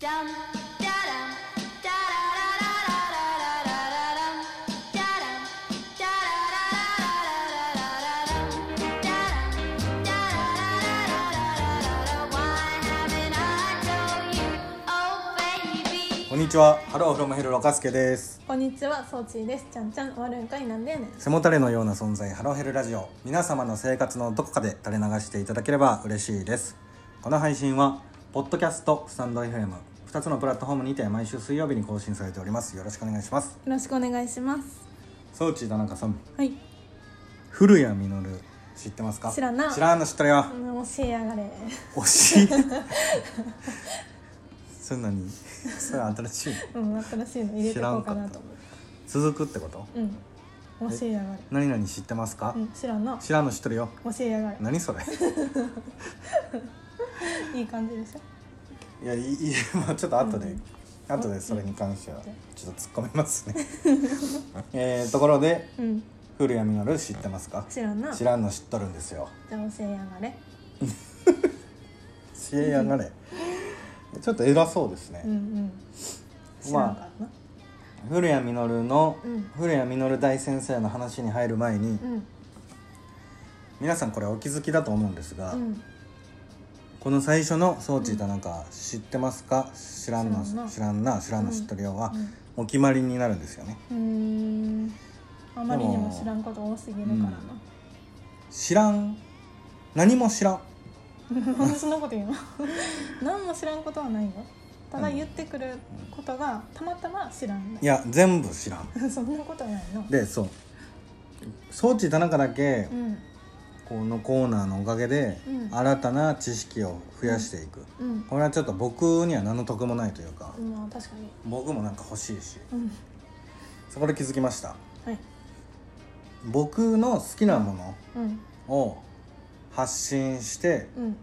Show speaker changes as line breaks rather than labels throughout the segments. Dum, da-dum, da-da-da-da-da-da-da-da-dum. Da-dum, da-da-da-da-da-da-da-da-dum. Da-dum, da-da-da-da-da-da-da-da. Why haven't I told you? Oh, baby.
こんにちは。ハローフロムヘル若助です。
こんにちは、そうちーです。ちゃんちゃん、終わるんかいなんでやねん。
背もたれのような存在、ハローヘルラジオ。皆様の生活のどこかで垂れ流していただければ嬉しいです。この配信は、ポッドキャスト、スタンド FM、2つのプラットフォームにて毎週水曜日に更新されております。よろしくお願いします。
よろしくお願いします。
そうち田中さん、
はい、
古谷実知ってますか
知らんな
知らんの知ってるよ。
もう教えやがれ。
惜しい。それ何それ新しい。
うん、新しいの入れていこうかなと思う。
続くってこと
うん、教えやがれ。
何々知ってますか、
うん、知らんな。
知らんの知ってるよ。
教えやがれ。
何それ
いい感じでしょ。
いやいいい いまあちょっと後で、
うん
後でそれに関してはちょっと突っ込みますね えー、ところで
うん、
古谷実知ってますか
知らんな。
知
じゃ
らんの知っとるんですよ
あ教えやがれ。
知恵やがれちょっと偉そうですね、
うんうん。知らんからな。
古谷実の、
うん
古谷実大先生の話に入る前に、
うん、
皆さんこれお気づきだと思うんですが、
うん、
この最初の「装置だなんか知ってますか知らんの
知らんな
知らんな知らんの知っとるよ」は
うん
お決まりになるんですよね
うん。うーん。あまりにも知らんこと多すぎるからな。
知らん何も知らん
そんなこと言うの何も知らんことはないよただ言ってくることがたまたま知らんだ
いや全部知らん
そん なことはないの
でそう装置田中だけ
うん
このコーナーのおかげで
うん
新たな知識を増やしていく、
うん
これはちょっと僕には何の得もないというか、
まあ確かに
僕もなんか欲しいし
うん
そこで気づきました
はい
僕の好きなも
うん
のを発信して
うん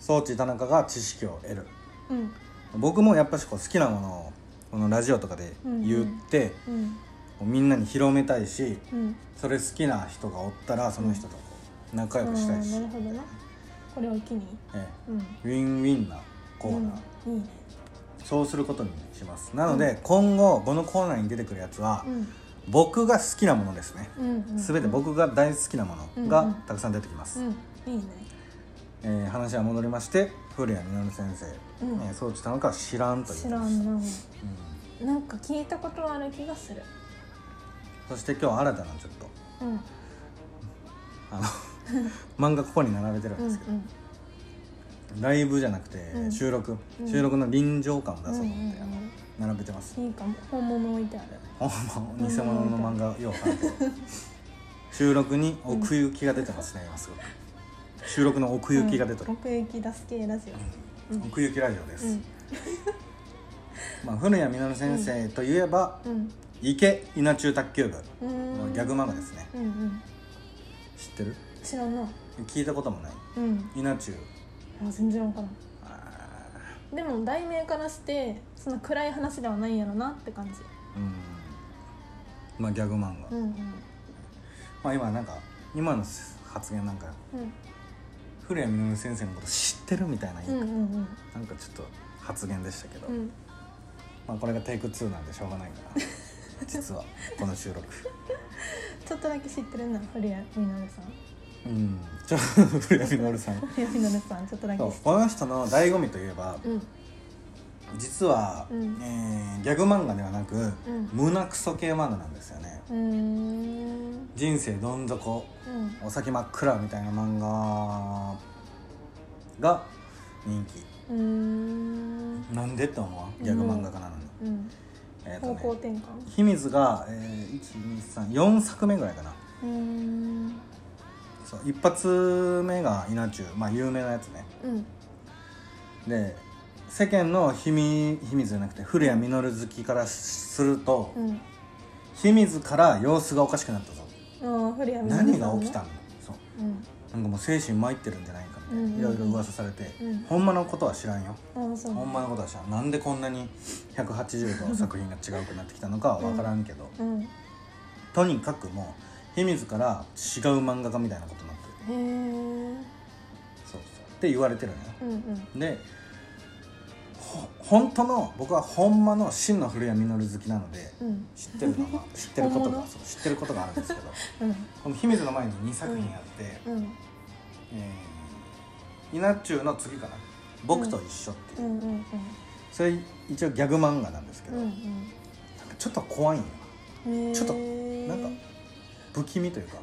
装置田中が知識を得る
うん
僕もやっぱしこう好きなものをこのラジオとかで言って、
うん
こうみんなに広めたいし
うん
それ好きな人がおったらその人とこう仲良くしたいし、
なるほどなこれを機に
え
うん
えウィンウィンなコーナー、
うんいいね
そうすることにしますなので、今後このコーナーに出てくるやつは、
うん
僕が好きなものですね、
うんうん
全て僕が大好きなもの
うんう
が
ん
たくさん出てきます、
うんいいね
えー話は戻りまして古谷実先生、
うん
えーそうしたのか知らんという
知らんな
うん
なんか聞いたことはある気がする
そして今日新たなちょっと
うんうん
あの漫画ここに並べてるん
う
ですけど、
ん
ライブじゃなくて
うん
収録、
うん
収録の臨場感を出そうと思って、
うんうんうん
あの並べてます
いいかも本物置いてある
ほんま偽物の漫画ようわからんけど収録に奥行きが出てますね今すごく収録の奥行きが出てる、
うん奥行き出す系ラジオうん
奥行きラジオです、
うん
まあ、古谷実先生といえば、
うん
池稲中卓球部
うー
の
ん
ギャグ漫画ですね
うんうん
知ってる
知らんな
聞いたこともない
うん
稲中
あ全然わからん
あー
でも題名からしてその暗い話ではないんやろなって感じ
うんまあギャグ漫画、
うんうん
まあ今なんか今の発言なんか
うん
古谷実先生のこと知ってるみたいな、
うんうんうん
なんかちょっと発言でしたけど、
うん
まあこれがテイク2なんでしょうがないから 実はこの収録
ちょっとだけ知ってるな古谷みのるさん
うんちょっと古谷実さん
古谷みのるさんちょっとだけ
そう
知っ
この人の醍醐味といえば
うん
実は、
うん
えーギャグ漫画ではなく、
ん
胸クソ系漫画なんですよね
うーん
人生どん底
うん
お先真っ暗みたいな漫画が人気
うーん
なんでって思うギャグ漫画家なのに、
うん
えっ、と
方向
ね
転換
秘密が、えー、1234作目ぐらいかな
うーん
そう一発目が稲中まあ有名なやつね
うん
で世間の秘密秘密じゃなくて古谷実好きからすると、
うん
秘密から様子がおかしくなったぞ、
ああ古谷みのるさん
何
ね
が起きたんだそう
うん
なんかもう精神参ってるんじゃないかみたいな、
うんうんうん
いろいろ噂されて、
うん
ほんまのことは知らんよ、
ああそう
ほんまのことは知らんなんでこんなに180度作品が違うくなってきたのかは分からんけど、
うんへ
とにかくもう秘密から違う漫画家みたいなことになってる
えうん
そうそうって言われてるのよ
うん
で本当の僕はほんまの真の古谷実好きなので
うん
知ってるのが知ってること
本
が
物
そう知ってることがあるんですけど
うん
この「姫路の前に2作品あって、
うん
えー、稲中の次かな「僕と一緒」って
う
いう、
んうん
それ一応ギャグ漫画なんですけ
う
ど、
ん
なんかちょっと怖いんよ
うん
ちょっと
な
なんか不気味というか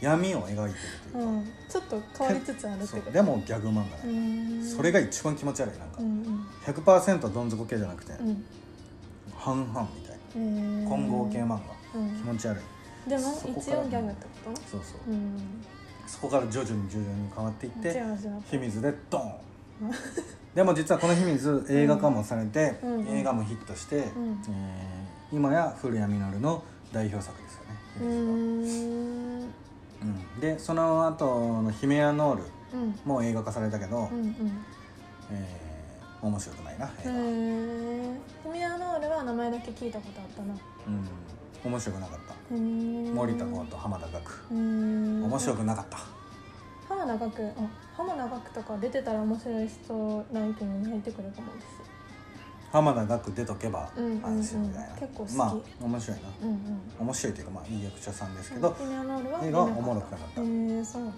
闇を描いてるといううか、
んちょっと変わりつつあるって
そ
こと
うでもギャグ漫画
う
ね、
ん
それが一番気持ち悪いなんか、
うんうん
100%どん底系じゃなくて、
うん
半々みたいな
えー
混合系漫画、
うん
気持ち悪い
でも
そこ
一
から
応ギャグってこと
そうそう、
うん
そこから徐々に徐々に変わっていっ
じ
て
わじわと
秘密でド ンでも実はこの秘密映画化もされて、
うんうん
映画もヒットして、
ん
えー今や古谷実の代表作ですよね
う
秘
ー
密は
んうん
うんでその後の「ヒメアノール
うん」
も映画化されたけど、
うん
えー面白くないな映
へ
画は、うん
えフミヤノールは名前だけ聞いたことあったな
面白くなかった森
森
田剛と浜田岳面
面
白くなかった
浜田岳あ浜田岳とか出てたら面白い人ランキングに入ってくるかもです
浜田岳出とけば
うんうんうん
安心みたいな、
結構好き
まあ面白いな
うんうん
面白いというかまあいい役者さんですけど
フ、ミヤノールは
映
見
画は
なかった
おもろくなかった
へえそうなんや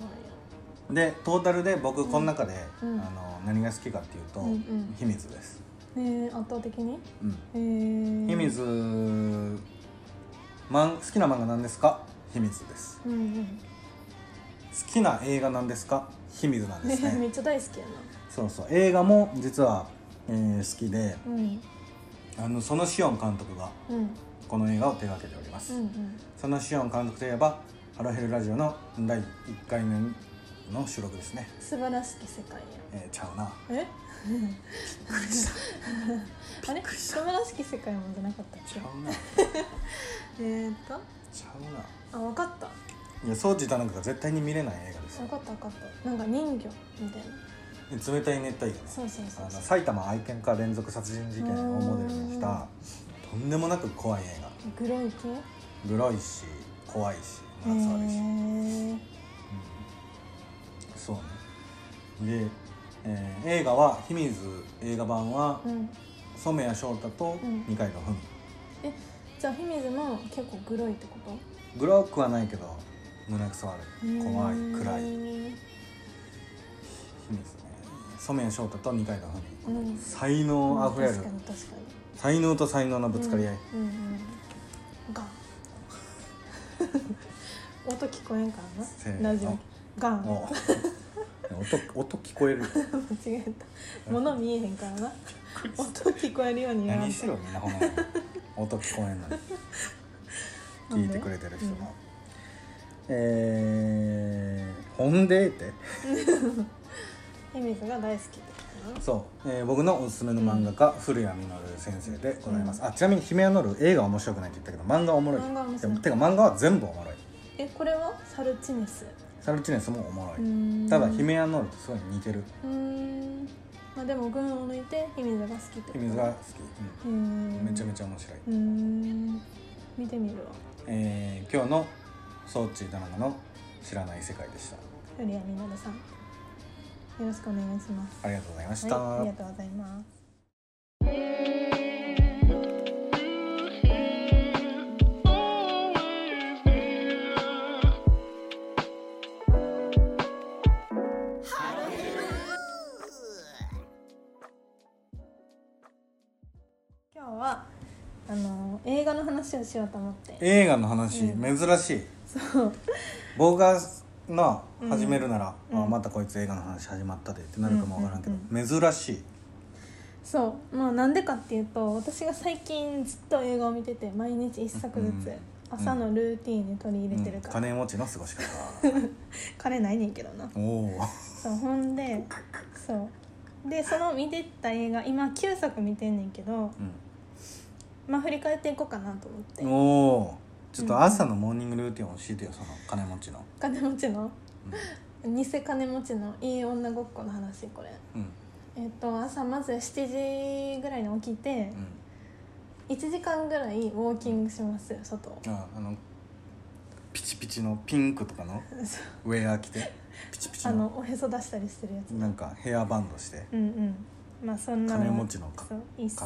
でトータルで僕この中で、
うん
あの何が好きかっていうと、
うんうん
秘密です、
へえ圧倒的に
うん、
へえ
秘密マン好きな漫画なんですか秘密です
うんうん
好きな映画なんですか秘密なんです
ね め
ね
っちゃ大好きやな
そうそう映画も実は、えー好きで
うん
あのそのシオン監督が
うん
この映画を手掛けておりま
う
す、
んうん
そのシオン監督といえばハロヘルラジオの第1回目の収録ですね、
素晴らしき世界や
えーちゃうな
え あれ素晴らしき世界もんじゃなかったっ
ち
け
ゃうな
えーっと
ちゃうな
あ分かった
いや掃除だなんかが絶対に見れない映画です
分
よ
かった分かったなんか人魚みたいな
冷たい熱帯魚ね
そうそう
あ
そう
の
そう
埼玉愛犬家連続殺人事件をモデルにしたとんでもなく怖い映画
グロい系
グロいし怖いし
へ
夏悪いし、
ー
うんそうねで、えー映画は「秘密映画版は
うん
染谷翔太と
うん
二階堂ふみ
じゃあ秘密も結構グロいってこと」
グロくはないけど胸くそ悪い怖い
へー
暗い秘密ね染谷翔太と二階堂ふみ、
うん
才能あふれる
確かに確かに
才能と才能のぶつかり合い、
うんうんうん ガン音聞こえんか
せー
らな
の
ラジオガン
もう 音音聞こえるよ
間違えた物見えへんからな音聞こえるように言わん
何
と
しろみんなほんまに音聞こえんのに
な
聞
んで
いてくれてる人も、えー、ほんでって
秘密が大好きってことな
そう、えー僕のおすすめの漫画家、古谷実先生でございます、あちなみに「姫はのる」映画は面白くないって言ったけど漫画はおもろい
漫画は面白い
でもてか漫画は全部おもろい
えこれはサルチネス
サルチネスもおもろ
う
い、
ーん
ただ「姫はのる」とすごい似てる
うーんまあでも群を抜いて秘密が好きってこと
秘密が好き、
う
う
ー
ん
ん
めちゃめ
ち
ちゃ面白い、
うーん見てみるわ
えー今日の「装置田中の知らない世界」でした
古谷みのるさんよろしくお願いします
ありがとうございました。
はいありがとうございます今日はあの映画の話をしようと思って
映画の話、
うん
珍しい
そう
僕がな始めるなら、
うん
あまたこいつ映画の話始まったでってなるかもわからんけど、
うん
珍しい
そうまあなんでかっていうと私が最近ずっと映画を見てて毎日一作ず
う
つ
ん
朝のルーティーンに取り入れてる
うん
から、
金持ちの過ごし 方
彼ないねんけどな
おお
そうほんでそうでその見てった映画今9作見てんねんけどまあ振り返っていこうかなと思って
うん、おおちょっと朝のモーニングルーティンを教えてよその金持ちの、
金持ちの偽金持ちのいい女ごっこの話これ
うんうん
えっと朝まず7時ぐらいに起きて1時間ぐらいウォーキングしますよ外を
うん、ああのピチピチのピンクとかの
そう
ウェア着てピチピチ
あ
の
のおへそ出したりしてるやつ
なんかヘアバンドして
うんうんまあそんなのは
金持ちのか
そう一切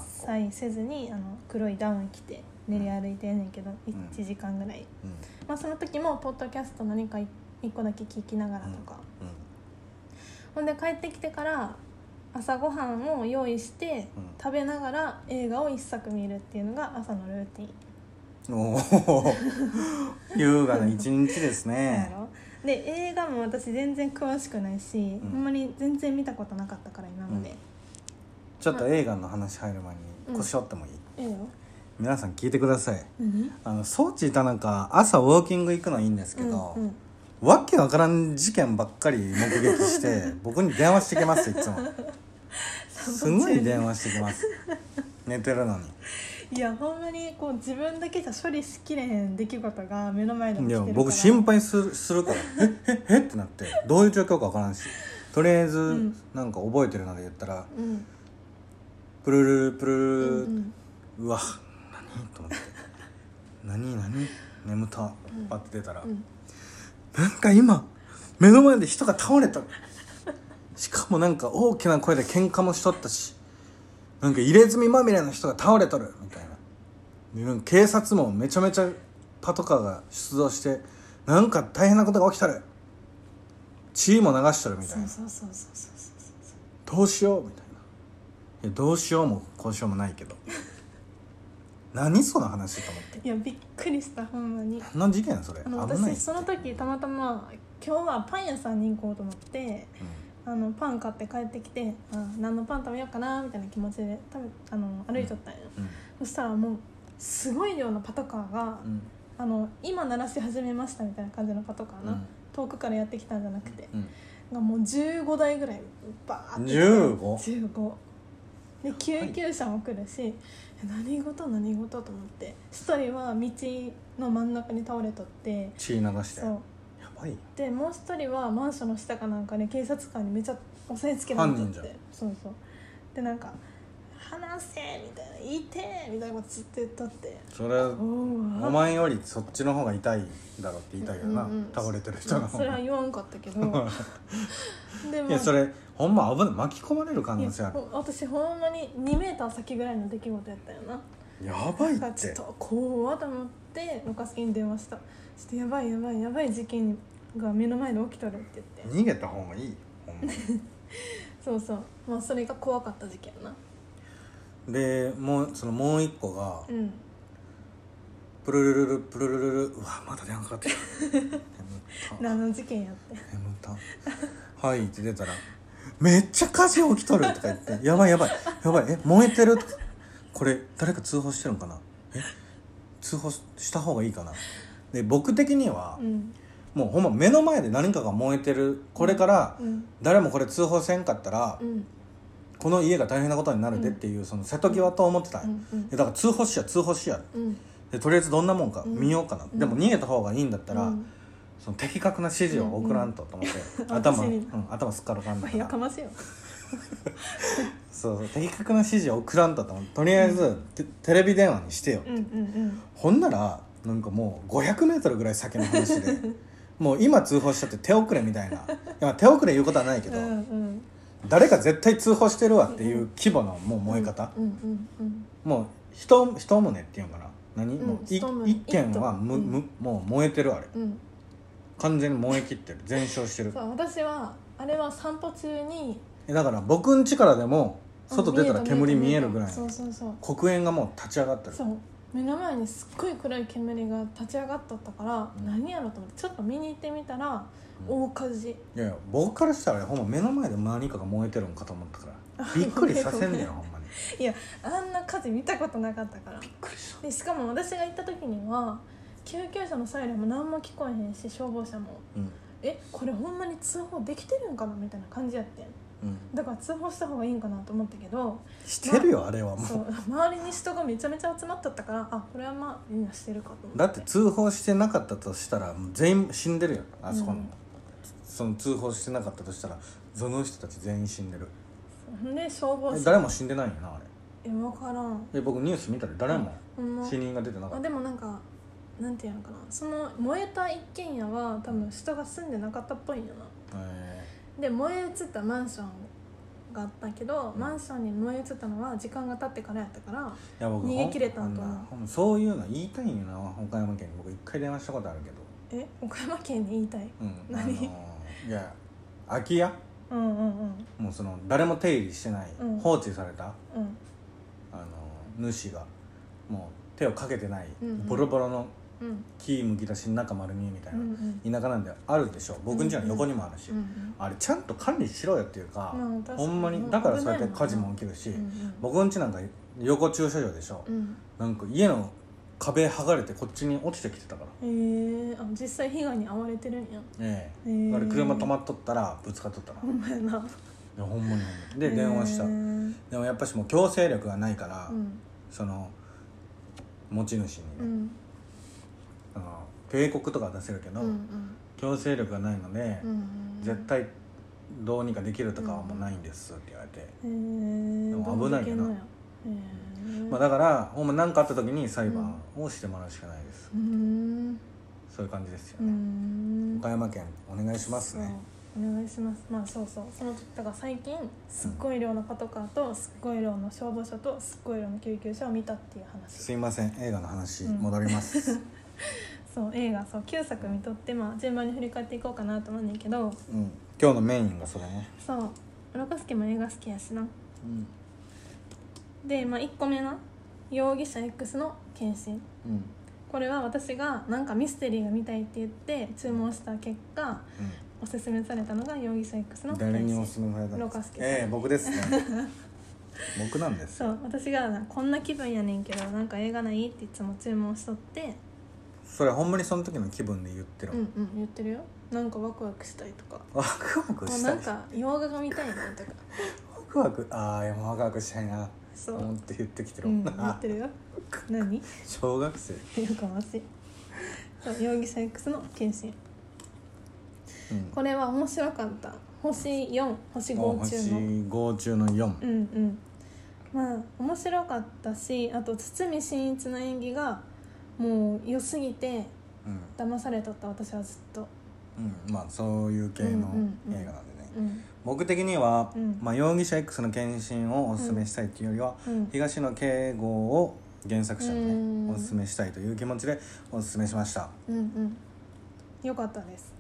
せずにあの黒いダウン着て練り歩いてんねんけど、1時間ぐらい、
うん
まあ、その時もポッドキャスト何か1個だけ聞きながらとか、
うん
ほんで帰ってきてから朝ごはんを用意して、
うん
食べながら映画を1作見るっていうのが朝のルーティン
おお優雅な一日です
や
ね
ろで映画も私全然詳しくないし、
ん
ほんまに全然見たことなかったから今まで、
ちょっと映画の話入る前
う
に
ん
腰折ってもいい、
ええよ
皆さん聞いてください
何
あの装置田中朝ウォーキング行くのいいんですけど、
うんうん
わけわからん事件ばっかり目撃して 僕に電話してきますいつもすごい電話してきます寝てるのに
いやほんまにこう自分だけじゃ処理しきれへん出来事が目の前で起き
い
て
や
るから
僕心配するするから「えええっ?」てなってどういう状況かわからんしとりあえず、
ん
なんか覚えてるので言ったら
うん
「プルルルプル
う
ルル」
ん
うわ何と思って「何何眠た」パッて出たら、
ん
なんか今目の前で人が倒れたしかもなんか大きな声で喧嘩もしとったしなんか入れ墨まみれの人が倒れとるみたいなでなんか警察もめちゃめちゃパトカーが出動してなんか大変なことが起きとる血も流しとるみたい
そう
な
そうそうそうそうそう
どうしようみたいないやどうしようもこうしようもないけど何その話と思って
いやびっくりしたほんまに
何の事件それ
あの
危ない
私その時たまたま今日はパン屋さんに行こうと思ってあのパン買って帰ってきてあ何のパン食べようかなみたいな気持ちで食べあの歩いとったんよ、
うん
そしたらもうすごい量のパトカーが、
うん
あの今鳴らし始めましたみたいな感じのパトカーな、
うん
遠くからやってきたんじゃなくて、
うん
がもう15台ぐらいバーって
15
15で救急車も来るし、え何事何事と思って一人は道の真ん中に倒れとって
血流して
そう
やばいよ
でもう一人はマンションの下かなんかで警察官にめちゃ押さえつけられてっ
犯
て
人じゃん
そうそうでなんか「話せ!」みたいな「言いて!」みたいなことずっと言っとって
それ
おー
お前よりそっちの方が痛いだろって言いたいよな、
うんうん
倒れてる人の方
それ
が、
は言わんかったけ どでも
いやそれほんま危ない巻き込まれる可
い
能性あ
や
る
ほ私ほんまに2メーター先ぐらいの出来事やったよな
やばい
だから
っ
ちょってと怖っと思っておかすきに電話したちょっとやばいやばいやばい事件が目の前で起きとるって言って
逃げた方がいいほんま
そうそうまあそれが怖かった事件やな
でもうそのもう一個が、
うん
プルルルルプルルルルうわまだ電話かかってき た眠っ
何の事件やって
た眠ったはいって出たら「めっちゃ火事起きとる」とか言って「やばいやばいやばいえ燃えてる」とか「これ誰か通報してるのかなえ通報した方がいいかな」で僕的には、
うん
もうほんま目の前で何かが燃えてるこれから
うん
誰もこれ通報せんかったら、
うん
この家が大変なことになるでっていうその瀬戸際と思ってたんよ、
うんうん
でだから通報しや通報しや
うん
でとりあえずどんなもんか見ようかな、
うん
でも逃げた方がいいんだったら、
うん
その的確な指示を送らんとと思って、頭、う
私に
ん、頭すっからかんだ
まあ
か
やからましいよ
そうそう的確な指示を送らんとと思ってとりあえず、てテレビ電話にしてよ、
うんうん
ほんならなんかもう 500m ぐらい先の話で もう今通報しちゃって手遅れみたいないや手遅れ言うことはないけ
うんう
ど、
んうん
誰か絶対通報してるわっていう規模のもう燃え方、
うんうんうん
もう人人棟っていうのかな何、
うん
もうい
一棟
一軒は
一棟
む、
うん
むもう燃えてるあれ
うん
完全に燃え切ってる全焼してる
そう私はあれは散歩中に
えだから僕ん家からでも外出たら
うん
煙見えるぐらい
そうそうそう
黒煙がもう立ち上がってる
そう目の前にすっごい黒い煙が立ち上がっとったから、
うん
何やろうと思ってちょっと見に行ってみたら、
うん
大火事
いやいや僕からしたらほんま目の前で何かが燃えてるんかと思ったから びっくりさせんねよほんまにびっ
いやあんな火事見たことなかったから
くりした
でしかも私が行った時には救急車のサイレンも何も聞こえへんし消防車も
うん
えこれほんまに通報できてるんかなみたいな感じやってん
うん
だから通報した方がいいんかなと思ったけど
してるよあれはも
そうう周りに人がめちゃめちゃ集まっとったからあこれはまあみんなしてるかと思って
だって通報してなかったとしたらもう全員死んでるよあそこの、
うん
その通報してなかったとしたらその人たち全員死んでる
そうで消防
え
車
誰も死んでないよなあれ
え分からん
で僕ニュース見たら誰も
ほんま
死人が出てなか
あ
っ
でもなんかなんていうのかなその燃えた一軒家は多分人が住んでなかったっぽいんよな
た、え
で燃え移ったマンションがあったけど、マンションに燃え移ったのは時間が経ってからやったから
いや僕
逃げ切れたんと
と
思う
そういうの言いたいんよな岡山県に僕一回電話したことあるけど
え岡山県に言いたい
うん
何
あのいや空き家
うんうんうん
もうその誰も手入れしてない、
うん
放置された
うん
あの主がもう手をかけてない、
うんうん
ボロボロの
うん
木むき出し中丸見えみたい
うんう
な、
ん
田舎なんであるでしょ僕ん家の横にもあるし、
うん
あれちゃんと管理しろよっていうか、
うん確か
ほ
に
んまにだからそうやって火事も起きるし、
うんうん
僕ん家なんか横駐車場でしょ、
うん
なんか家の壁剥がれてこっちに落ちてきてたから
えー、あ実際被害に遭われてるんや
ええ
へー
あれ車止まっとったらぶつかっとったな、
ほ
い
んまやな
やほんまにほんまにで電話した、
えー
でもやっぱしもう強制力がないから、
うん
その持ち主にね、
うん
あの警告とかは出せるけど、
うんうん
強制力がないので、
うん
絶対どうにかできるとかはもうないんですって言われて、
えー、
でも危ないよな
どうう系のやえー
まあ、だからほんま何かあった時に裁判をしてもらうしかないです、
うーん
そういう感じですよ
うー
ね、
ん
岡山県お願いしますね
そうお願いしますまあそうそうそのだから最近すっごい量のパトカーとすっごい量の消防車とすっごい量の救急車を見たっていう
す
話
いません映画の話
うん
戻り ます、
そう映画そう9作見とってまあ順番に振り返っていこうかなと思うねんだけど
うん今日のメインがそれね、
そうロカスケも映画好きやしなでまあ1個目な容疑者 X の検診
うんうん
これは私がなんかミステリーが見たいって言って注文した結果おすすめされたのが容疑者
う
X の
ん、誰にお
検
す
診
すめされたん
ロ
で
カ
す
ス
か
ケさん
ええ僕ですね 僕なんです
そ
よ
う私がなこんな気分やねんけどなんか映画ないっていつも注文しとって
それほんまにその時の気分で言ってる
うんうん言ってるよなんかワクワクしたいとか
ワクワク
もう
した
ないんか洋画が見たいねんとか
ワクワクああいやもうワクワクしたいな
そう、
思って言ってきて
う
る、
ん、言ってるよ何 よ
小学生、
くましいそう容疑者 X の検診
うん、
これは面白かった星4星5中の
の5中の4、
うんうんまあ面白かったしあと堤真一の演技がもう良すぎて
うん
騙されとった私はずっと
うん、まあそういう系の映画なんでね、
うん
僕的には、
うん
まあ、容疑者 X の献身をおすすめしたいっていうよりは、
うん
東野圭吾を原作者のね、
うん
おすすめしたいという気持ちでおすすめしました
うんうん良かったです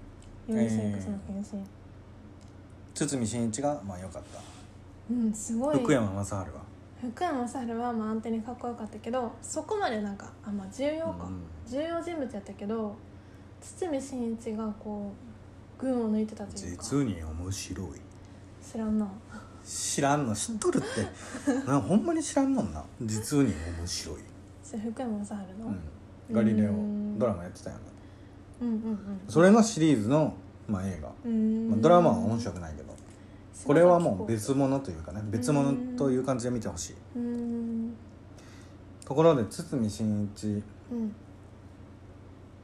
容疑者 X の検診、
堤真一がまあ良かった、
うんすごい
福山雅治は、
福山雅治はまあ安定にかっこよかったけどそこまでなんかあまあ重要か、
うん
重要人物やったけど堤真一がこう群を抜いてたというか
実に面白い
知らんな
知らんの知っとるって なほんまに知らんもんな実に面 白い、
それ福山雅治の、
うん、ガリレオ
うん
ドラマやってたよね
うんうんうん
それのシリーズの、まあ、映画、
うーん
まあ、ドラマは面白くないけどこれはもう別物というかね別物という感じで見てほしいう
ーん
ところで堤真一
うん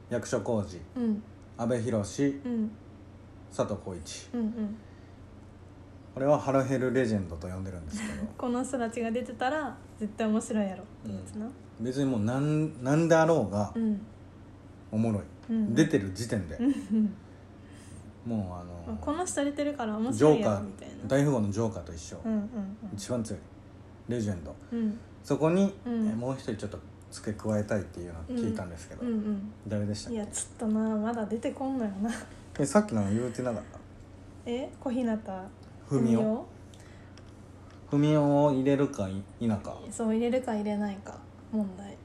役所広司
うん
阿部寛佐
うん
藤浩市
うんうん
これはハロヘルレジェンドと呼んでるんですけど
この人たちが出てたら絶対面白いやろってやつな
別にもうなんなんであろうが
うん
おもろい、
うん
出てる時点で、
うん
もう
まあ
あ
こ
の
の人出てるから面
ジョ
白
ー
いや
カ
ろ
ー
みたいな
大富豪のジョーカーと一緒、
うんうん
一番強いレジェンド
うんうん
そこに、
うん
えもう一人ちょっと付け加えたいっていうのを聞いたんですけど、
うん
誰でし
う
た
ん
っ
い
け
やちょっとなまだ出てこんのよな
えさっきの言うてなかった
え小日向
文雄文雄を入れるかい否か
そう入れるか入れないか問題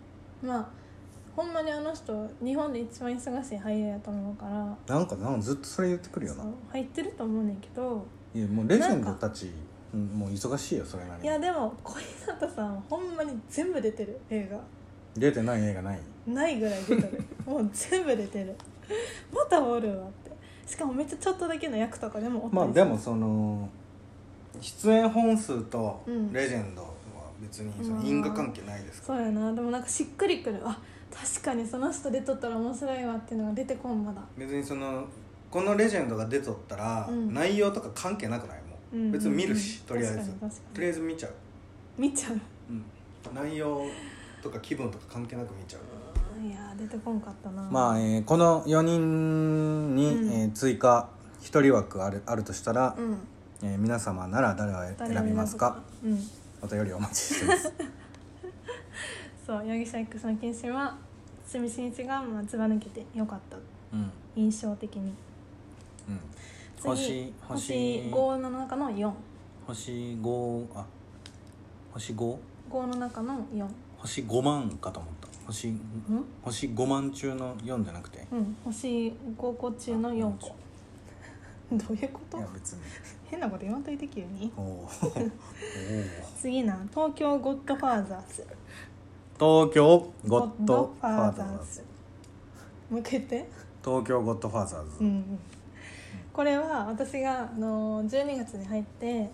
まあほんまにあの人日本で一番忙しい俳優やと思うから
なんかなんかずっとそれ言ってくるよな
そう入ってると思うねんけど
いやもうレジェンドたちうんもう忙しいよそれなり
いや
に
でも小日向さんはほんまに全部出てる映画
出てない映画ない
ないぐらい出 てるもう全部出てるまたおるわってしかもめっちゃちょっとだけの役とかでもおったり
まあ
する
でもその出演本数と
うん
レジェンドは別にその
まあ
因果関係ないですか
そうやなでもなんかしっくりくるあ確かにその人出とったら面白いわっていうのが出てこんまだ
ら別にそのこのレジェンドが出とったら
うん
内容とか関係なくないも
うんうんう
うん別に見るしとりあえ
確
ず
かに確かに
とりあえず見ちゃう
見ちゃう
うん内容とか気分とか関係なく見ちゃう
いやー出てこんかったな
まあ、えーこの4人に、
うん
えー追加1人枠あるあるとしたら、
うん
えー皆様なら誰を選びますか
うん
お便りお待ちしてます
そう容疑者 X の検診は堤真一がまあずば抜けてよかった
うん
印象的に
うん
次
星
星5の中の45
星五あ星五
の中の4
星五万かと思った星
うん、
星五万中の四じゃなくて
うん、星5個中の4個 どういうこと
いや別に
変なこと言わんといて急に
おおおー
次な東京ゴッドファーザーズ
東京ゴッドファーザーズ
もう一回言って
東京ゴッドファーザーズ、
うんうんこれは私があの12月に入って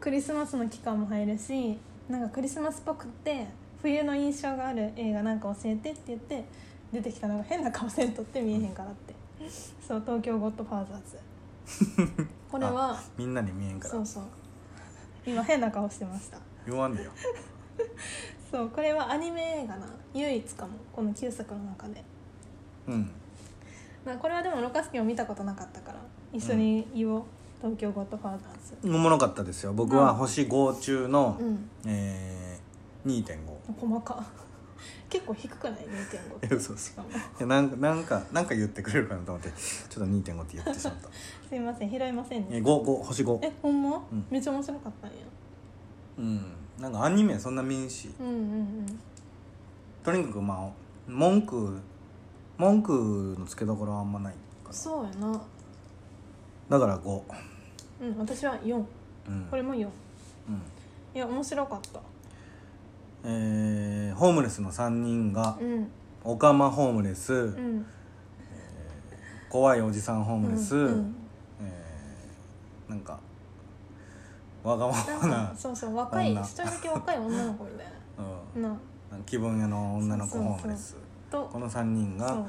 クリスマスの期間も入るしなんかクリスマスっぽくって冬の印象がある映画なんか教えてって言って出てきたのが変な顔せんとって見えへんからってそう東京ゴッドファーザーズ これは
みんなに見えんか
そ
ら
うそう今変な顔してました
言わんでよ
そうこれはアニメ映画な唯一かもこの9作の中で
うん
まあこれはでもロカスケも見たことなかったから一緒に言おう、東京ゴッドファーザーズ
おもろかったですよ僕は星5中の、
うん
えー、2.5
細か 結構低くない2.5って
いや そうそう
しかも
いやなんかなんかなんか言ってくれるかなと思ってちょっと2.5って言ってしまっ た
すいません拾いません
え
ね
ー5 5星
え
5
ほんま、
うん
めっちゃ面白かったんや
うんなんかアニメそんな見んし
うんうん
とにかくまあ文句文句のつけどころはあんまないか
うん
な
そうやな
だから5
うん私は4
うん
これも4い
うん
や面白かった
えーホームレスの3人が
うん
オカマホームレス、
うん
怖いおじさんホームレス、
うんうん
えーなんかわがまま
な
なん
かそうそう若い
女
一人だけ若い女の子みたい
うん
なな
なんか気分屋の女の子ホームレス
そうと
この3人
そう
が、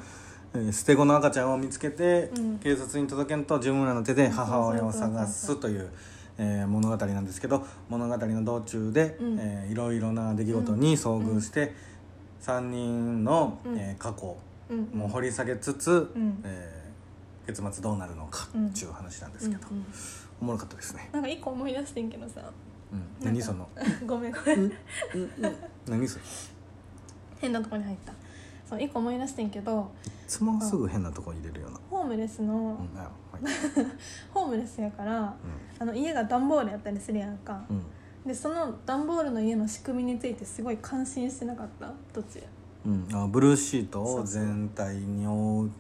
えー捨て子の赤ちゃんを見つけて、
うん
警察に届けんと自分らの手で母親を探
そう
すという、えー物語なんですけど物語の道中で、
うん
えーいろいろな出来事に遭遇して、3人の、
うん
えー過去
うんうん
も掘り下げつつ、
ん
えー結末どうなるのか
うん
っていう話なんですけど、
うんうん
おもろかったですね、
なんか一個思い出してんけどさ
うん
なんか
何その
ごめんごめん
何 それい
変なとこに入ったそう一個思い出してんけど
つもすぐ変なとこ入れるような、
ホームレスの、
うんあはい
ホームレスやからあの家が段ボールやったりするやんか、
うん
でその段ボールの家の仕組みについてすごい感心してなかった途中
うん、あブルーシート
そうそ
を
う
全体に覆う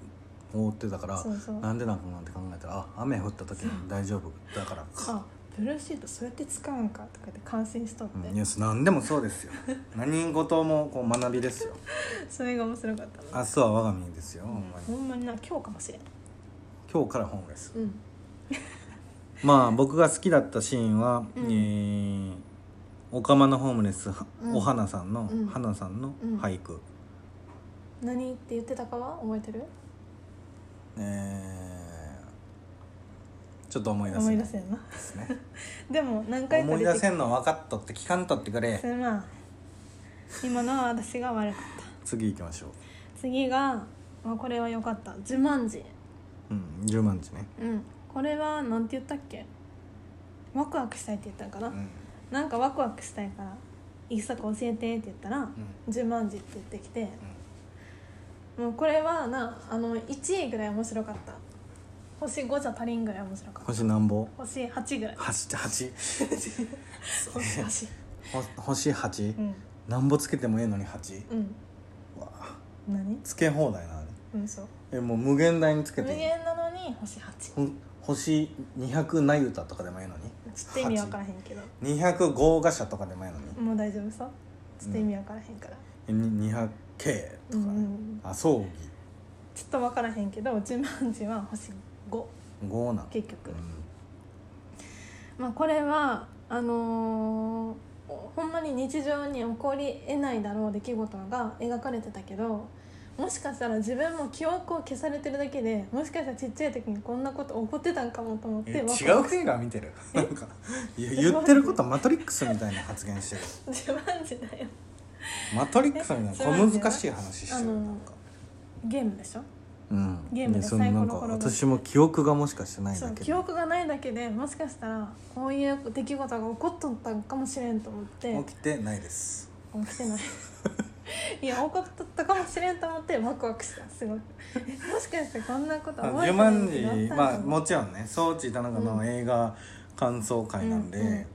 覆ってたから
そうそう
なんでなんかなって考えたらあ雨降った時に大丈夫だからか、
あブルーシートそうやって使うんかとかって感心しとって、
うん、ニュース何でもそうですよ 何事もこう学びですよ
それが面白かったな
明日は我が身ですよ、
う
ほ
ん
んま
ほ
に
んまにな今日かもしれん
今日からホームレス
うん
まあ僕が好きだったシーンは、
うん
えーオカマのホームレス、は
うん
お花さんの、
うん
花さんの
うん
俳句、
何って言ってたかは覚えてる
えーちょっと思い出せ
思
ないい
出
で
せんな
すね
でも何回か
思い
出
出
てき
せんの分かっとって聞かんとってくれ
すまん今のは私が悪かった
次行きましょう
次が、まあ、これは良かった「ジュマンジ
うん10万字ね、」
うんこれはなんて言ったっけワクワクしたいって言ったんかな、
うん
なんかワクワクしたいから一作教えてって言ったら「十万字」って言ってきて、もうこれはなあの1位ぐらい面白かった星5じゃ足りんぐらい面白かった
星なんぼ
星8ぐらい
8八
星8
ほ星8、
うん
なんぼつけてもええのに8
うん
わあ
何
つけ放題なあれ
うんそう
えもう無限大につけ
無
ていい
限なのに星8
ほん星200ナユタとかでもええのに
ちょっと意味分からへんけど
200豪華社とかでもええのに
もう大丈夫そうちょっと意味分からへんから、
えに 200K とか、
うんうん
あ葬
ちょっと分からへんけど十万字は星5
儀5なん
結局、
うん
まあ、これはあのーほんまに日常に起こりえないだろう出来事が描かれてたけどもしかしたら自分も記憶を消されてるだけでもしかしたらちっちゃい時にこんなこと起こってたんかもと思って
え違
ワクワ
う映画見てるなんかいや言ってることマトリックスみたいな発言してる
ク自慢じだよ
マトリックスみたいな
え
小難しい話して
あ
る
の
なんか
ゲームでしょ
うん
ゲームで
ねその
サイコ
な
ロ
んか
転がして
私も記憶がもしかしてない
そ
だ
う
け
記憶がないだけでもしかしたらこういう出来事が起こっとったんかもしれんと思って
起きてないです
起きてないいや起こっとったかもしれんと思ってワクワクしたすごくえもしかしてこんなこと覚え
ジュ
てな
マ
い
ンジ
けどあったんだ
まあもちろんね装置田中
う
の
ん
映画感想会なんで、
うんうん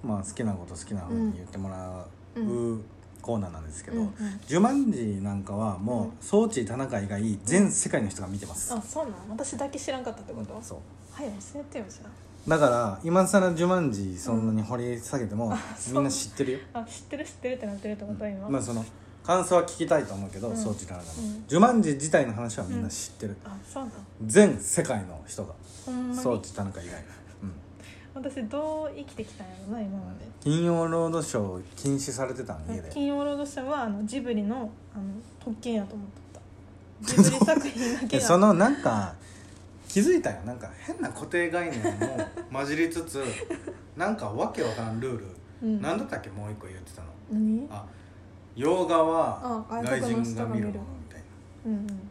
まあ好きなこと好きなふうに言ってもらううコーナーなんですけど、
うんうん
ジュマンジなんかはもう装置田中以外全世界の人が見てます、
あそうなの私だけ知らんかったってことはい
そう
教えてよじゃ
だから今更ジュマンジそんなに掘り下げても、
そう
みんな知ってるよ
ああ知ってる知ってるってなってるってこと今、
まあその感想は聞きたいと思うけど、
うん
装置田中の、
うん
ジュマンジ自体の話はみんな知ってる、
あそうなの
全世界の人が
ほんま
装
に
置田中以外うん
私どう生きてきたんやろな今まで
金曜ロードショー禁止されてたん家で
金曜ロードショーはあのジブリのあの特権やと思っ てたジブリ作品だけ
で
が
そのなんか気づいたよなんか変な固定概念も混じりつ つなんかわけわからんルール、
うん
なんだったっけもう一個言ってたの
何
あ洋画は
あ
外
外国の
人
人
が
が
見
見
る
る
ものみたい
うんうん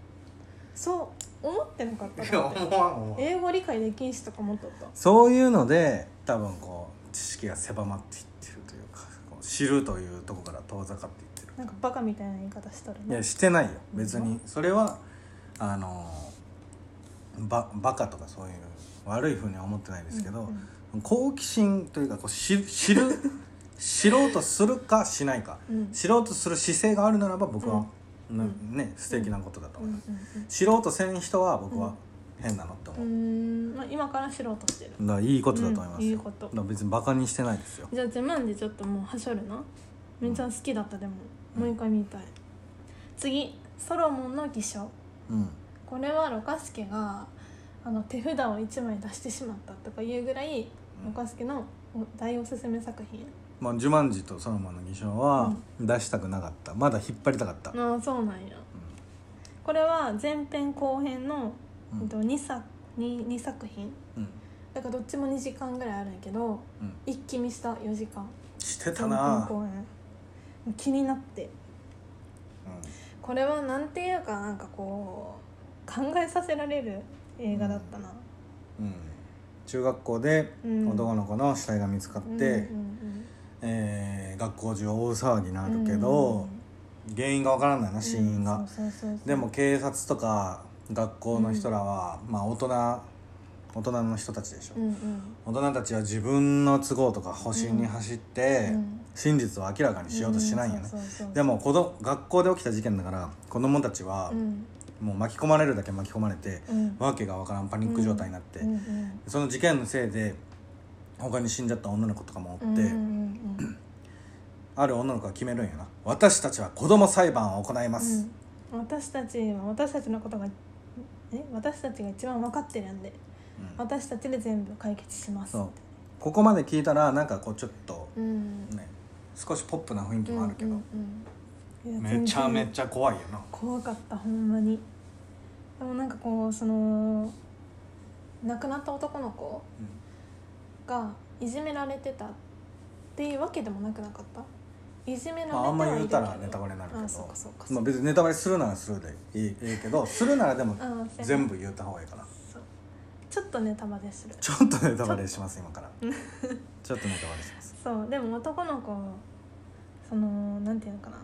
そう思ってなかっ
な
たない
や思わん思わん
英語理解で禁止とか思っとった
そういうので多分こう知識が狭まっていってるというかこう知るというとこから遠ざかっていってる
なんかバカみたいな言い方しとる
い
ね
やしてないよ別にそれはあのババカとかそういう悪いふうには思ってないですけど、
うん
好奇心というかこう知知る 知ろうとするかしないか、
うん
知ろうとする姿勢があるならば僕は、な
うん
ね素敵なことだと
う
思
ん
い
うん
ます、知ろうとせん人は僕は変なのって
う
思う、
んうーんまあ今から知ろうとしてる
だからいいことだと思いますよ、
うんいいこと
だから別にバカにしてないですよ
じゃあ自慢でちょっともうはしょるなめっちゃ好きだったでも、
うん
もう一回見たい次ソロモンの偽証
うん
これはロカスケがあの手札を1枚出してしまったとかいうぐらいロカスケの大おすすめ作品
まあ、ジュマンジとソロモンの偽証は出したくなかった、まだ引っ張りたかった、
ああそうなんやこれは前編後編の、
うん
えっと 2, 作 2, 2作品
うん
だからどっちも2時間ぐらいあるんやけど
うん、
一気見した4時間
してた
前
な
編後編気になって
う
これはなんていうかなんかこう考えさせられる映画だったな、
ん、うん、中学校で
うん
男の子の死体が見つかって、
うんうん
えー学校中大騒ぎにな
うん
るけど、原因がわからんのよな死因が、
うんそうそうそうそう
でも警察とか学校の人らは、まあ大人大人の人たちでしょ、
うんうん
大人たちは自分の都合とか保身に走って、
うん
真実を明らかにしようとしないよね、
うんそうそうそう
でも子ど学校で起きた事件だから子供たちは
うん
もう巻き込まれるだけ巻き込まれて、
うん
わけがわからんパニック状態になって、
うんうん
その事件のせいで他に死んじゃった女の子とかもおって、
うんうんうん
ある女の子が決めるんやな私たちは子供裁判を行います、
うん、私たちは私たちのことがえ私たちが一番分かってるんで
うん
私たちで全部解決します
そうここまで聞いたらなんかこうちょっと
う、ん、
ね少しポップな雰囲気もあるけど、
うんうんうんいや
めちゃめ
全然
ちゃ怖いよな
怖かったほんまにでもなんかこうその亡くなった男の子がいじめられてたっていうわけでもなくなかったいじめられて
まあ、
は
あんま
い
り言
る
う
けど
たらネタバレになるけど
あそうかそうか
まあ、別にネタバレするならするでいいいい けどするならでも
あそうや
全部言った方がいいかな
そうちょっとネタバレする
ちょっとネタバレします今から ちょっとネタバレします
そうでも男の子そのなんていうのかな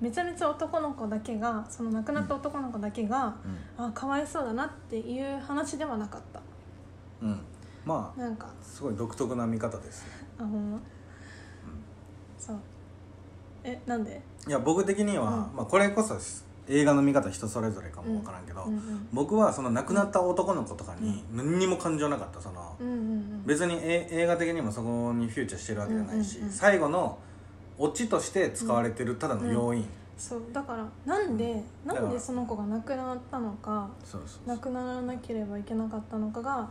めちゃめちゃ男の子だけがその亡くなった男の子だけが、あかわいそうだなっていう話ではなかった
うん、うん、まあ
なんか
すごい独特な見方ですね
あほんま、そうえなんで
いや僕的には、
う
まあ、これこそ映画の見方人それぞれかもわからんけど、
うんうん
僕はその亡くなった男の子とかに何にも感情なかったその、
うんうん
別にえ映画的にもそこにフューチャーしてるわけじゃないし、
うんうんうん
最後のオチとして使われてるただの要因、
そうだからなんで、
だから
なんでその子が亡くなったのか
そうそう
亡くならなければいけなかったのかが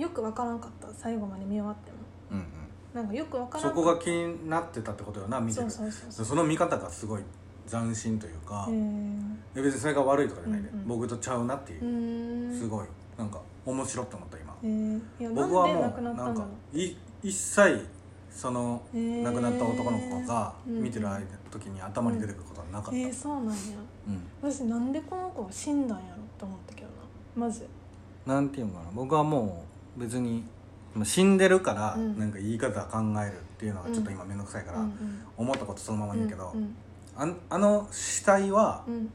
よくわからんかった最後まで見終わっても
うんうん、
なんかよくわからん
そ
かった
こが気になってたってことよな見て
そ
る
う
そ
そうそうそう
の見方がすごい斬新というか、
へー
え別にそれが悪いとかじゃないで、
うんうん
僕とちゃうなっていうう、
ーん
すごいなんか面白って思った今、
えーいや
僕はも
なんで亡
う
く
な
なった
ん
んだろ
かい一切その
へー
亡くなった男の子が
うん
見てる時に頭に出てくることはなかった、
えー、そうなんや
うん
私なんでこの子は死んだんやろと思ったけどなまず
なんていうのかな僕はもう別にまあ死んでるから、
うん
なんか言い方考えるっていうのがちょっと今面倒くさいから、
うん
思ったことそのまま
うん
言うけど、
うん
あんあの死体は
うん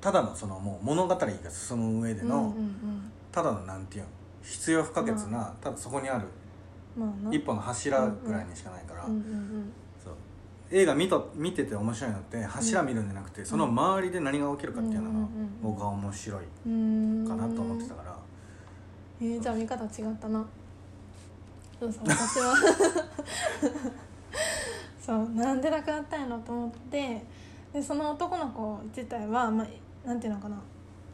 ただのそのもう物語が進む上での、
うんうん
ただのなんていうの必要不可欠な、ただそこにある
うんまあな
一本の柱ぐらいにしかないから、
うんうん
そう映画見と見てて面白いのって柱見るんじゃなくて、その周りで何が起きるかっていうの
うん
が
うんうんうん
僕は面白い
うんうーん
かなと思ってたから、
えー、じゃあ見方違ったなそ うそう私は そうなんでなくなったんやろと思ってでその男の子自体は、まあ、なんていうのかな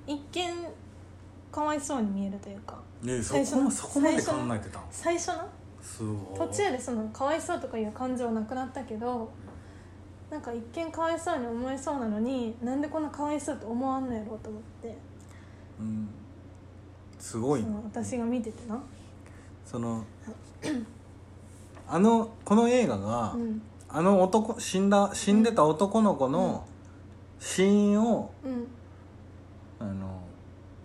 一見かわいそうに見えるというか
ね、そ
最初
こ
の
そこまで考
最初の
えてたの
最初の
すご
途
い
中でそのかわいそうとかいう感情はなくなったけどなんか一見かわいそうに思えそうなのになんでこんなかわいそうと思わんのやろうと思って
うんすごい
その私が見ててな、
そのあのこの映画が、
うん
あの男死んだ死んでた男の子の死因を、
うん、
あの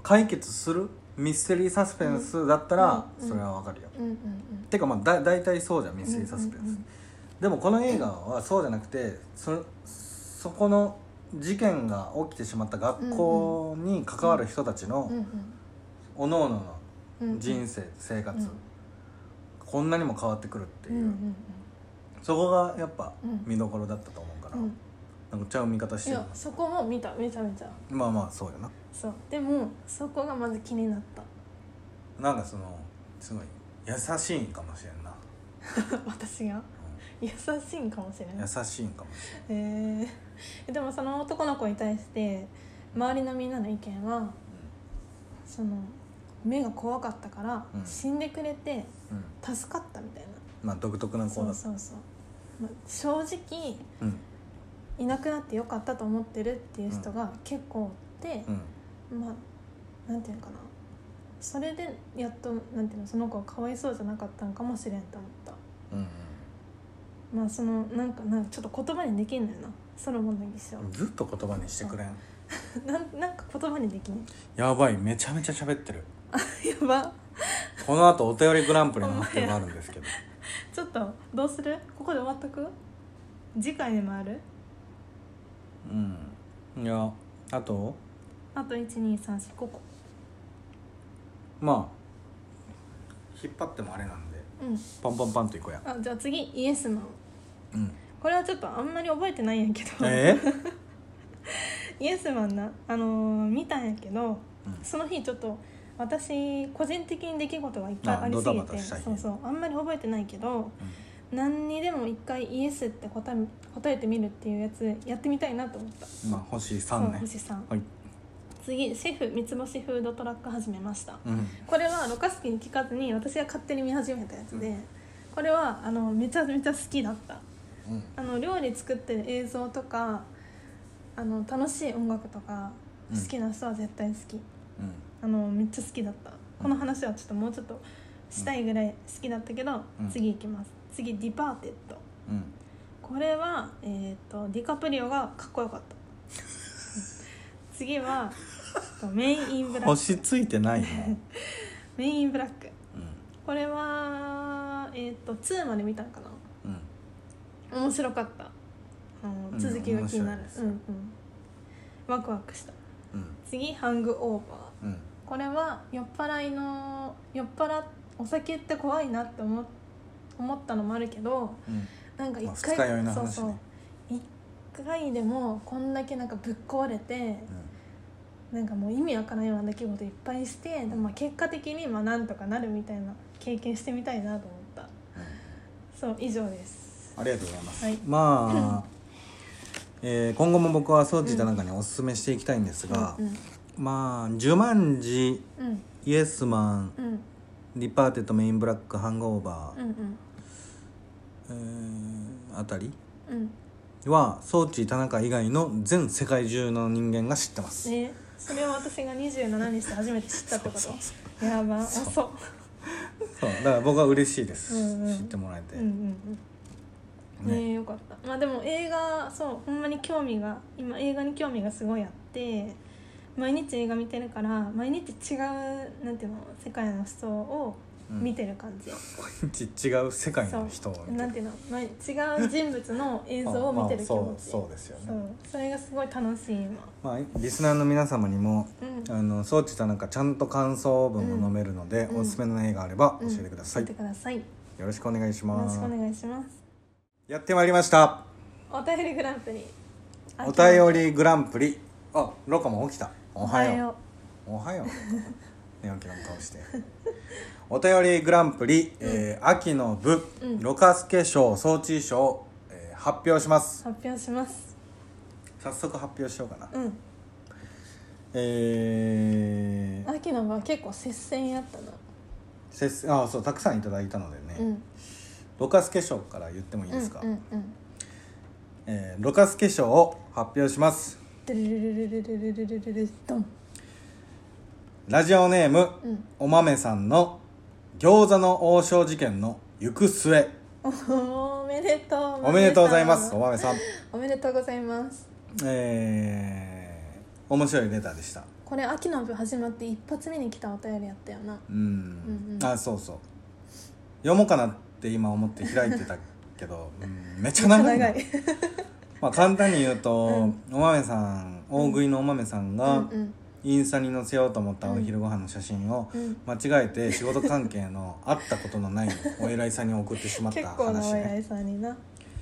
解決するミステリーサスペンスだったら、
うんうん
それはわかるよ、
うんうんうん
てかまあだ大体そうじゃんミステリーサスペンス、
うんうんうん
でもこの映画はそうじゃなくてそそこの事件が起きてしまった学校に関わる人たちの
うん
おのおの
うんうん
の人生、生活、
うん
こんなにも変わってくるっていう、
うんうん
そこがやっぱ
うん
見どころだったと思うから、
うんうん
なんかちゃう見方し
い
てる
やそこも見ためちゃめちゃ
まあまあそうよな
そうでもそこがまず気になった
なんかそのすごい優しいんかもしれんな、
私が優しいんかもしれ
うん
ない
優しいんかもし
へえでもその男の子に対して周りのみんなの意見はその目が怖かったから、
うん
死んでくれて
れん、うん
助かったみたいな
まあ独特な子
そ
だ
う
った
そうそう、まあ、正直
うん
いなくなってよかったと思ってるっていう人が結構おって、
うん
まあなんていうのかなそれでやっとなんていうのその子はかわいそうじゃなかったんかもしれんと思った
うん
まあそのなんかなんかちょっと言葉にできんのよなソロモンの儀式は
うん、ずっと言葉にしてくれん
なんなんか言葉にできん
やばいめちゃめちゃ喋ってる
やば
この後お便りグランプリの発表があるんですけ ど
ちょっとどうするここで終わっとく次回に回る
うんいやあと
あと1234ここ
まあ引っ張ってもあれなんで
うん
パンパンパンといこうや
あじゃあ次イエスマン
うん
これはちょっとあんまり覚えてないんやけど、
えー、
イエスマンなあのー見たんやけど
うん
その日ちょっと私個人的に出来事がいっぱいありす
あド
ぎ
タバタ
て
した日
そうそうあんまり覚えてないけど何にでも一回イエスって答え答えてみるっていうやつやってみたいなと思った
うん、まあ星3ね
そう星さん
はい
次シェフ三つ星フードトラック始めました
うん
これはロカスキに聞かずに私が勝手に見始めたやつで、これはあのめちゃめちゃ好きだった
うん
あの料理作ってる映像とかあの楽しい音楽とか
うん
好きな人は絶対好き、
うん
あのめっちゃ好きだったこの話はちょっともうちょっとしたいぐらい好きだったけど、
うん
次行きます次「ディパーテッド」
うん
これは、えー、とディカプリオがかっこよかった 次はえっとメイン・イン・ブラック
星ついてないね
メイン・イン・ブラック
う
これはえっ、と2まで見たんかな
う
ん
ん
面白かったあの
うん
続きが気にな
面白い
る
です
う
よ
んうんワクワクした
うん
次ハングオーバー
うん
これは酔っ払いの酔っ払お酒って怖いなって思思ったのもあるけど
うん
なんか一
まあ二
回、
日酔いの話
そう
ね
そう一回でもこんだけなんかぶっ壊れて、なんかもう意味わからんような出来事いっぱいしてでもまあ結果的にまあなんとかなるみたいな経験してみたいなと思ったそう以上です
ありがとうございます、
はい
まあ、えー今後も僕は掃除たなんかにおすすめしていきたいんですが、
うん
まあ「十万字
うん
イエスマン
うん」
「リパーテッドメインブラック」「ハングオーバ
う
ー
んうん」
えーあたり
うん
は装置田中以外の全世界中の人間が知ってます、
ねそれを私が27にして初めて知ったってことやば遅っ
そうだから僕は嬉しいです、
うんうん
知ってもらえて、
うんうんうんね
ね
よかったまあでも映画そうほんまに興味が今映画に興味がすごいあって毎日映画見てるから毎日違うなんていうの世界の人を見てる感じ、
ち違う世界の人を
そう
見て
なんていうの毎違う人物の映像を見てる気
まあま
持
あそ
ち
うそうですよね
そうそれがすごい楽しい今
まあ、リスナーの皆様にも
うん
あの装置となんかちゃんと感想文も飲めるので、
うん
おすすめの映画あれば教えてください、
うん教えてくださいよ
よろしくお願いし
ろ
ま
し
す
くお願いします
やってまいりました
お便りグランプリ
お便りグランプリあロカも起きたお
お
は
は
よ
よ
うおはよう寝起きの顔してお便りグランプリ、えー秋の部、
うん
ろかすけ賞装置賞、えー発表します
発表します
早速発表しようかな、
うん
えー、
秋の場は結構接戦やったな
せっせあそうたくさんいただいたのでね、
うん
ろかすけ賞から言ってもいいですか、
うんうんうん
えー、ろかすけ賞を発表します
ドゥルルルルルルルルルルドン
ラジオネーム、
うん
おまめさんの餃子の王将事件の行く末
おめでとう
おめでとうございますおまめさん
おめでとうございます
えー、面白いレターでした
これ秋の部始まって一発目に来たお便りやったよな
うん、
うんうん
あそうそう読もうかなって今思って開いてたけど、うんめっちゃ長いな
長い
まあ簡単に言うと、おまめさん大食いのおまめさん
う
が、
んうん
インスタに載せようと思ったお昼ご飯の写真を
うん
間違えて仕事関係の会ったことの ないお偉いさんに送ってしまった
結構な
話
お偉
ね
いさんにな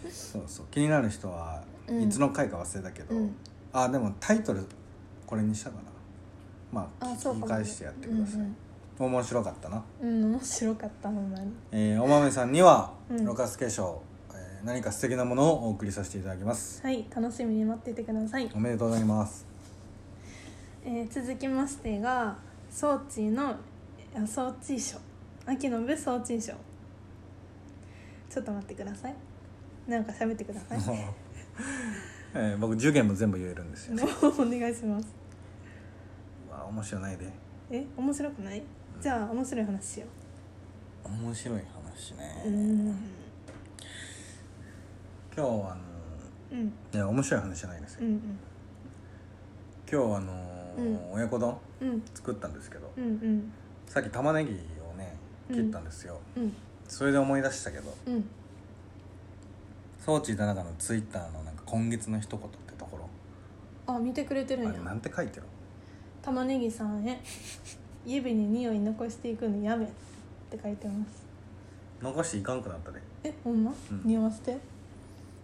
そうそう気になる人は
うん
いつの回か忘れたけど、
うん
あでもタイトルこれにしたかなまあ
あ
聞
そう
き
かも
返してやってください、
うん
面白かったな、
うん、うん面白かったほんまに
えーおまめさんには
うん
ろかすけ賞、えー何か素敵なものをお送りさせていただきます
はい楽しみに待っていてください
おめでとうございます
えー続きましてが装置のあ装置賞秋の部装置賞ちょっと待ってくださいなんか喋ってくださいも
えー僕受験も全部言えるんですよ、
うお願いします
まあ面白ないで
え面白くないじゃあ面白い話しよ
面白い話ね、
ううん
今日はあの
うん
いや面白い話じゃないです
う
よ、
ん
今日あのー
う
親子丼
うんうん
作ったんですけど、
うんうん
さっき玉ねぎをね切ったんですよ、
うん
それで思い出したけど
うん
装置田中のツイッターのなんか今月の一言ってところ
あ見てくれてる
あ
ん
れな
や
んて書いてる
玉ねぎさんへ指に匂い残していくのやめって書いてます
残していかんくなったで
えほんま、
うん
匂わせて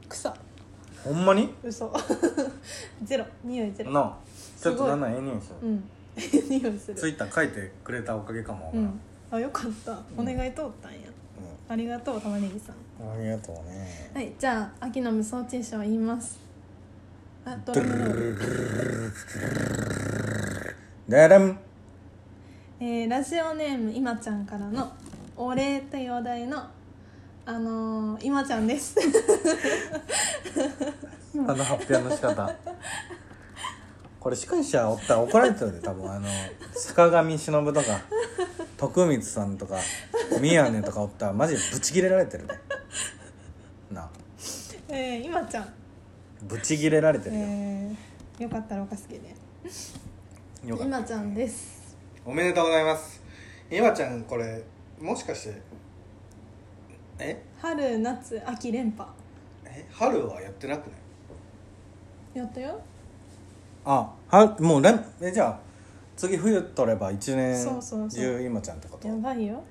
草
ほんまに
嘘ゼロ匂いゼロ
なあち
す
ょ
ごい
っとなんなんええ匂いす
う
る
ん匂いす
ツイ
る
ッター書いてくれたおかげかもわか
う
らん
んあよかったお願い通ったんや、ありがとう玉ねぎさん
うんありがとうね
はいじゃあ秋の無双陳賞言いますあドラムロール
でれん
えーラジオネーム今ちゃんからのお礼というお題のあのー、今ちゃんです
あの発表の仕方これ司会者おったら怒られてるで多分あの坂上忍とか徳光さんとか宮根とかおったらマジでブチギレられてるでなあ
えー、今ちゃん
ブチギレられてるよ、
えー、よかったらおかすけで
よかった
今ちゃんです
おめでとうございます今ちゃんこれもしかしてえ
春夏秋連覇
え春はやってなくない
やったよ
あはもうれんえじゃあ次冬取れば一年
そうそうそう
中今ちゃんってこと
やばいよ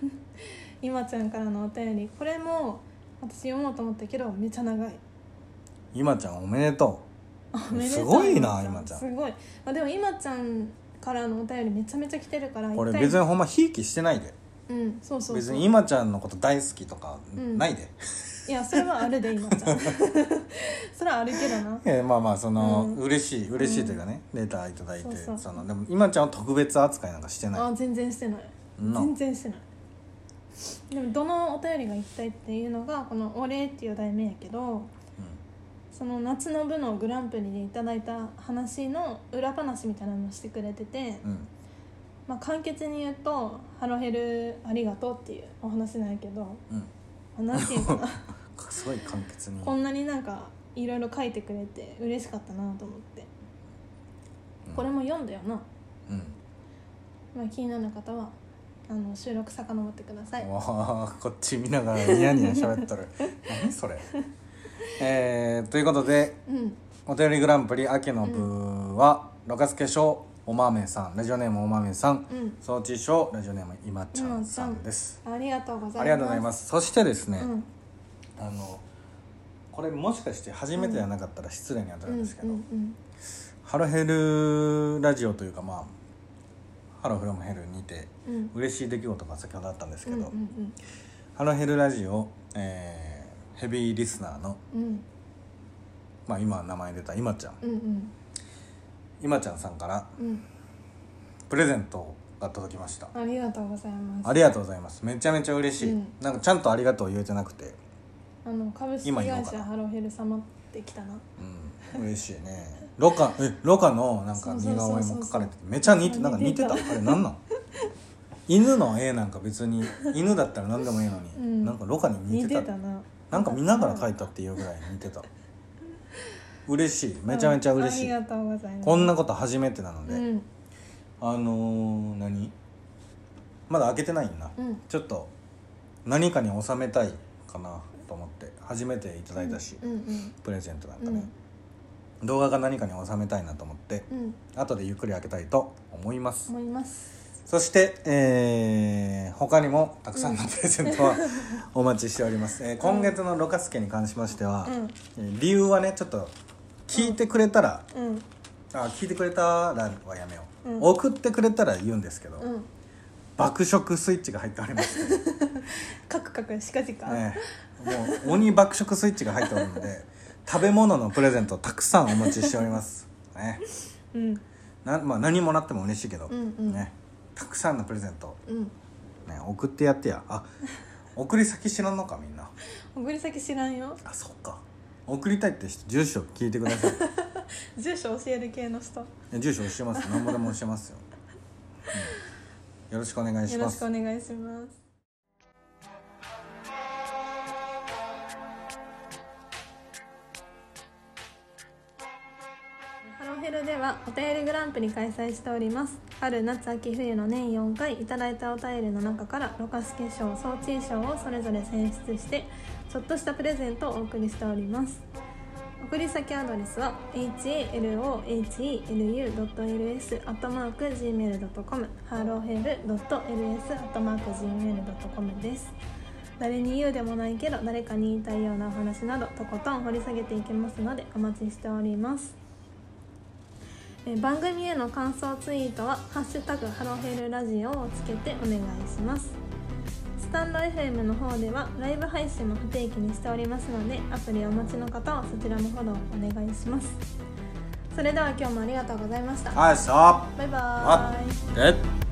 今ちゃんからのお便りこれも私読もうと思ったけどめちゃ長い
今ちゃんおめでとう
おめでとう
すごいな今ちゃ
す
ん
ごい、まあ、でも今ちゃんからのお便りめちゃめちゃ来てるから
これ
一体
別にほんまひいきしてないで
うんそうそうそう
別に今ちゃんのこと大好きとか
ん
ないで、
いやそれはあるで今ちゃん それはあるけどな
えまあまあその、
うん
嬉しい嬉しいというかね、レターいただいて
そうそう
のでも今ちゃんは特別扱いなんかしてない
あ全然してない
な
全然してないでもどのお便りが行きたいっていうのがこの「お礼」っていう題名やけどその夏の部のグランプリでいただいた話の裏話みたいなのもしてくれてて、
うんうん
まあ、簡潔に言うと「ハロヘルありがとう」っていうお話なんやけど
うん
あなんてい うかな
すごい簡潔に
こんなになんかいろいろ書いてくれて嬉しかったなと思って
うん
これも読んだよな、
うん
まあ、気になる方はあの収録遡ってください
わあこっち見ながらニヤニヤ喋っ とる何それえー、ということで
うん
お便りグランプリ秋の部は、ろかすけ賞おまめさんラジオネームおまめさん
うん
装置賞ラジオネーム今ちゃんさんです、
ありがとうございます
ありがとうございますそしてですね、
うん
あのこれもしかして初めてじゃなかったら失礼に当たるんですけど、
うんうん
ハロヘルラジオというかまあハロフロムヘルにて
うんうん
嬉しい出来事が先ほどあったんですけど、
うんうん
ハロヘルラジオ、えーヘビーリスナーの、
うん
まあ、今名前出た今ちゃん
うんうん
今ちゃんさんから
うん
プレゼントが届きました
ありがとうございます
ありがとうございますめちゃめちゃ嬉しい、
うん
なんかちゃんと「ありがとう」言えてなくて
あの株式
今言お
会
うか
社
な
ハロヘル様ってきたな
うん嬉しいねロカえロカのなんか似顔絵も描かれててめちゃ似てなんか似てたあれなんなん犬の絵なんか別に犬だったら何でもいいのに、
うん
なんかロカに似
似
てた
てたな
なんか見ながら描いたっていうぐらい似てた嬉しいめちゃめちゃ嬉しい、
うんありがとうございます
こんなこと初めてなので、
うん
あのー、何まだ開けてないんな、
うん
ちょっと何かに収めたいかなと思って初めていただいたし、
うんうん
プレゼントなんかね、動画が何かに収めたいなと思って
うんうん
後でゆっくり開けたいと思います、
思います
そして、えー他にもたくさんのプレゼントは お待ちしております、えー今月のろかすけに関しましては、えー理由はねちょっと聞いてくれたら、
うんうん
あ聞いてくれたらはやめよう、
うん
送ってくれたら言うんですけど、
うん
爆食スイッチが入っております
カクカクしかじか、
ねえ、もう鬼爆食スイッチが入っておるので食べ物のプレゼントをたくさんお持ちしております、ね
うん
なまあ、何もらっても嬉しいけど、
うんうん
ね、たくさんのプレゼント、
うん
ね、送ってやってや あ送り先知らんのかみんな
送り先知らんよ
あそっか送りたいって人住所聞いてくださ い
住所教える系の人
え住所教えます何ぼでも教えますよ、うんよろしくお願いし
よろ
ま
し
す
くお願いしますハロヘルではお便りグランプリ開催しております春夏秋冬の年4回いただいたお便りの中からろ過すけ賞装置賞をそれぞれ選出してちょっとしたプレゼントをお送りしております送り先アドレスは halohelu.ls.gmail.com ハローヘル .ls.gmail.com です誰に言うでもないけど誰かに言いたいようなお話などとことん掘り下げていきますのでお待ちしておりますえー番組への感想ツイートは「ハッシュタグハローヘルラジオ」をつけてお願いしますスタンド FM の方ではライブ配信も不定期にしておりますのでアプリをお持ちの方はそちらもフォローお願いしますそれでは今日もありがとうございました
はいさ
バイバーイ
あえ